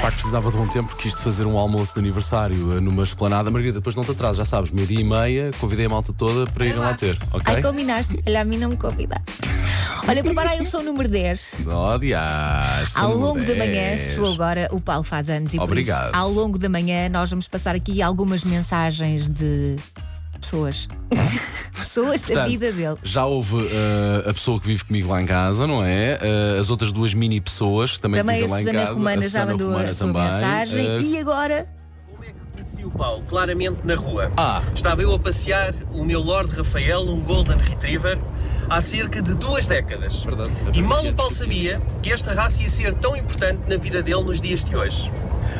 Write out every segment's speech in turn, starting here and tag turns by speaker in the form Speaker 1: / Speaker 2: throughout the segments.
Speaker 1: facto precisava de um tempo, quis de fazer um almoço de aniversário eh, numa esplanada. Margarida, depois não te atrases, já sabes, meio-dia e meia, convidei a malta toda para irem lá ter,
Speaker 2: Ai,
Speaker 1: ok?
Speaker 2: combinaste. Olha, a mim não me convidaste. Olha, prepara aí o som número 10.
Speaker 1: Oh, diás,
Speaker 2: Ao
Speaker 1: são
Speaker 2: longo da manhã,
Speaker 1: 10.
Speaker 2: se chegou agora, o Paulo faz anos e por
Speaker 1: Obrigado.
Speaker 2: isso, ao longo da manhã, nós vamos passar aqui algumas mensagens de pessoas. pessoas da
Speaker 1: Portanto,
Speaker 2: vida dele.
Speaker 1: Já houve eh, a pessoa que vive comigo lá em casa, não é? Eh, as outras duas mini pessoas que também,
Speaker 2: Também a
Speaker 1: vivem lá em
Speaker 2: Susana
Speaker 1: casa.
Speaker 2: Romana já
Speaker 1: Susana
Speaker 2: mandou
Speaker 1: Romana
Speaker 2: a sua
Speaker 1: também.
Speaker 2: mensagem.
Speaker 1: Eh,
Speaker 2: E agora,
Speaker 3: Como é que conheci o Paulo? Claramente na rua.
Speaker 1: Ah.
Speaker 3: Estava eu a passear o meu Lord Rafael, um Golden Retriever, há cerca de duas décadas.
Speaker 1: Verdade.
Speaker 3: E mal o Paulo sabia que esta raça ia ser tão importante na vida dele nos dias de hoje.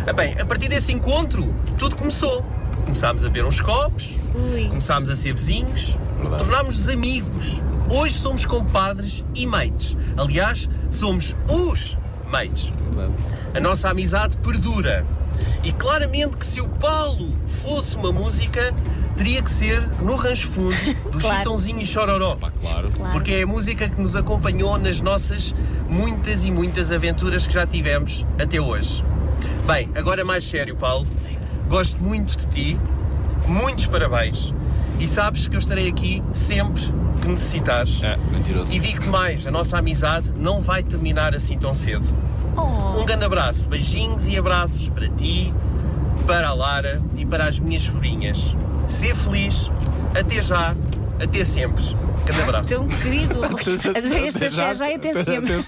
Speaker 3: Ah, bem, a partir desse encontro, tudo começou. Começámos a beber uns copos,
Speaker 2: Ui.
Speaker 3: começámos a ser vizinhos,
Speaker 1: Verdade.
Speaker 3: tornámos-nos amigos. Hoje somos compadres e mates. Aliás, somos os mates. A nossa amizade perdura. E claramente que se o Paulo fosse uma música, teria que ser no rancho fundo do
Speaker 2: Claro.
Speaker 3: Chitãozinho e Chororó.
Speaker 1: Pá, ah, claro.
Speaker 2: Claro.
Speaker 3: Porque é a música que nos acompanhou nas nossas muitas e muitas aventuras que já tivemos até hoje. Bem, agora é mais sério, Paulo. Gosto muito de ti, muitos parabéns. E sabes que eu estarei aqui sempre que necessitares.
Speaker 1: É, mentiroso.
Speaker 3: E digo-te mais, a nossa amizade não vai terminar assim tão cedo.
Speaker 2: Oh,
Speaker 3: Um grande abraço, beijinhos e abraços para ti, para a Lara e para as minhas sobrinhas. Ser feliz, até já, até sempre. Grande abraço.
Speaker 2: tão querido. este até já e até sempre.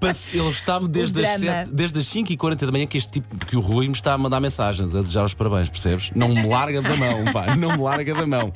Speaker 1: Passe- Ele está-me desde,
Speaker 2: O
Speaker 1: as
Speaker 2: drama.
Speaker 1: sete- desde as 5h40 da manhã que este tipo que o Rui me está a mandar mensagens a desejar os parabéns, percebes? Não me larga da mão, pá, não me larga da mão.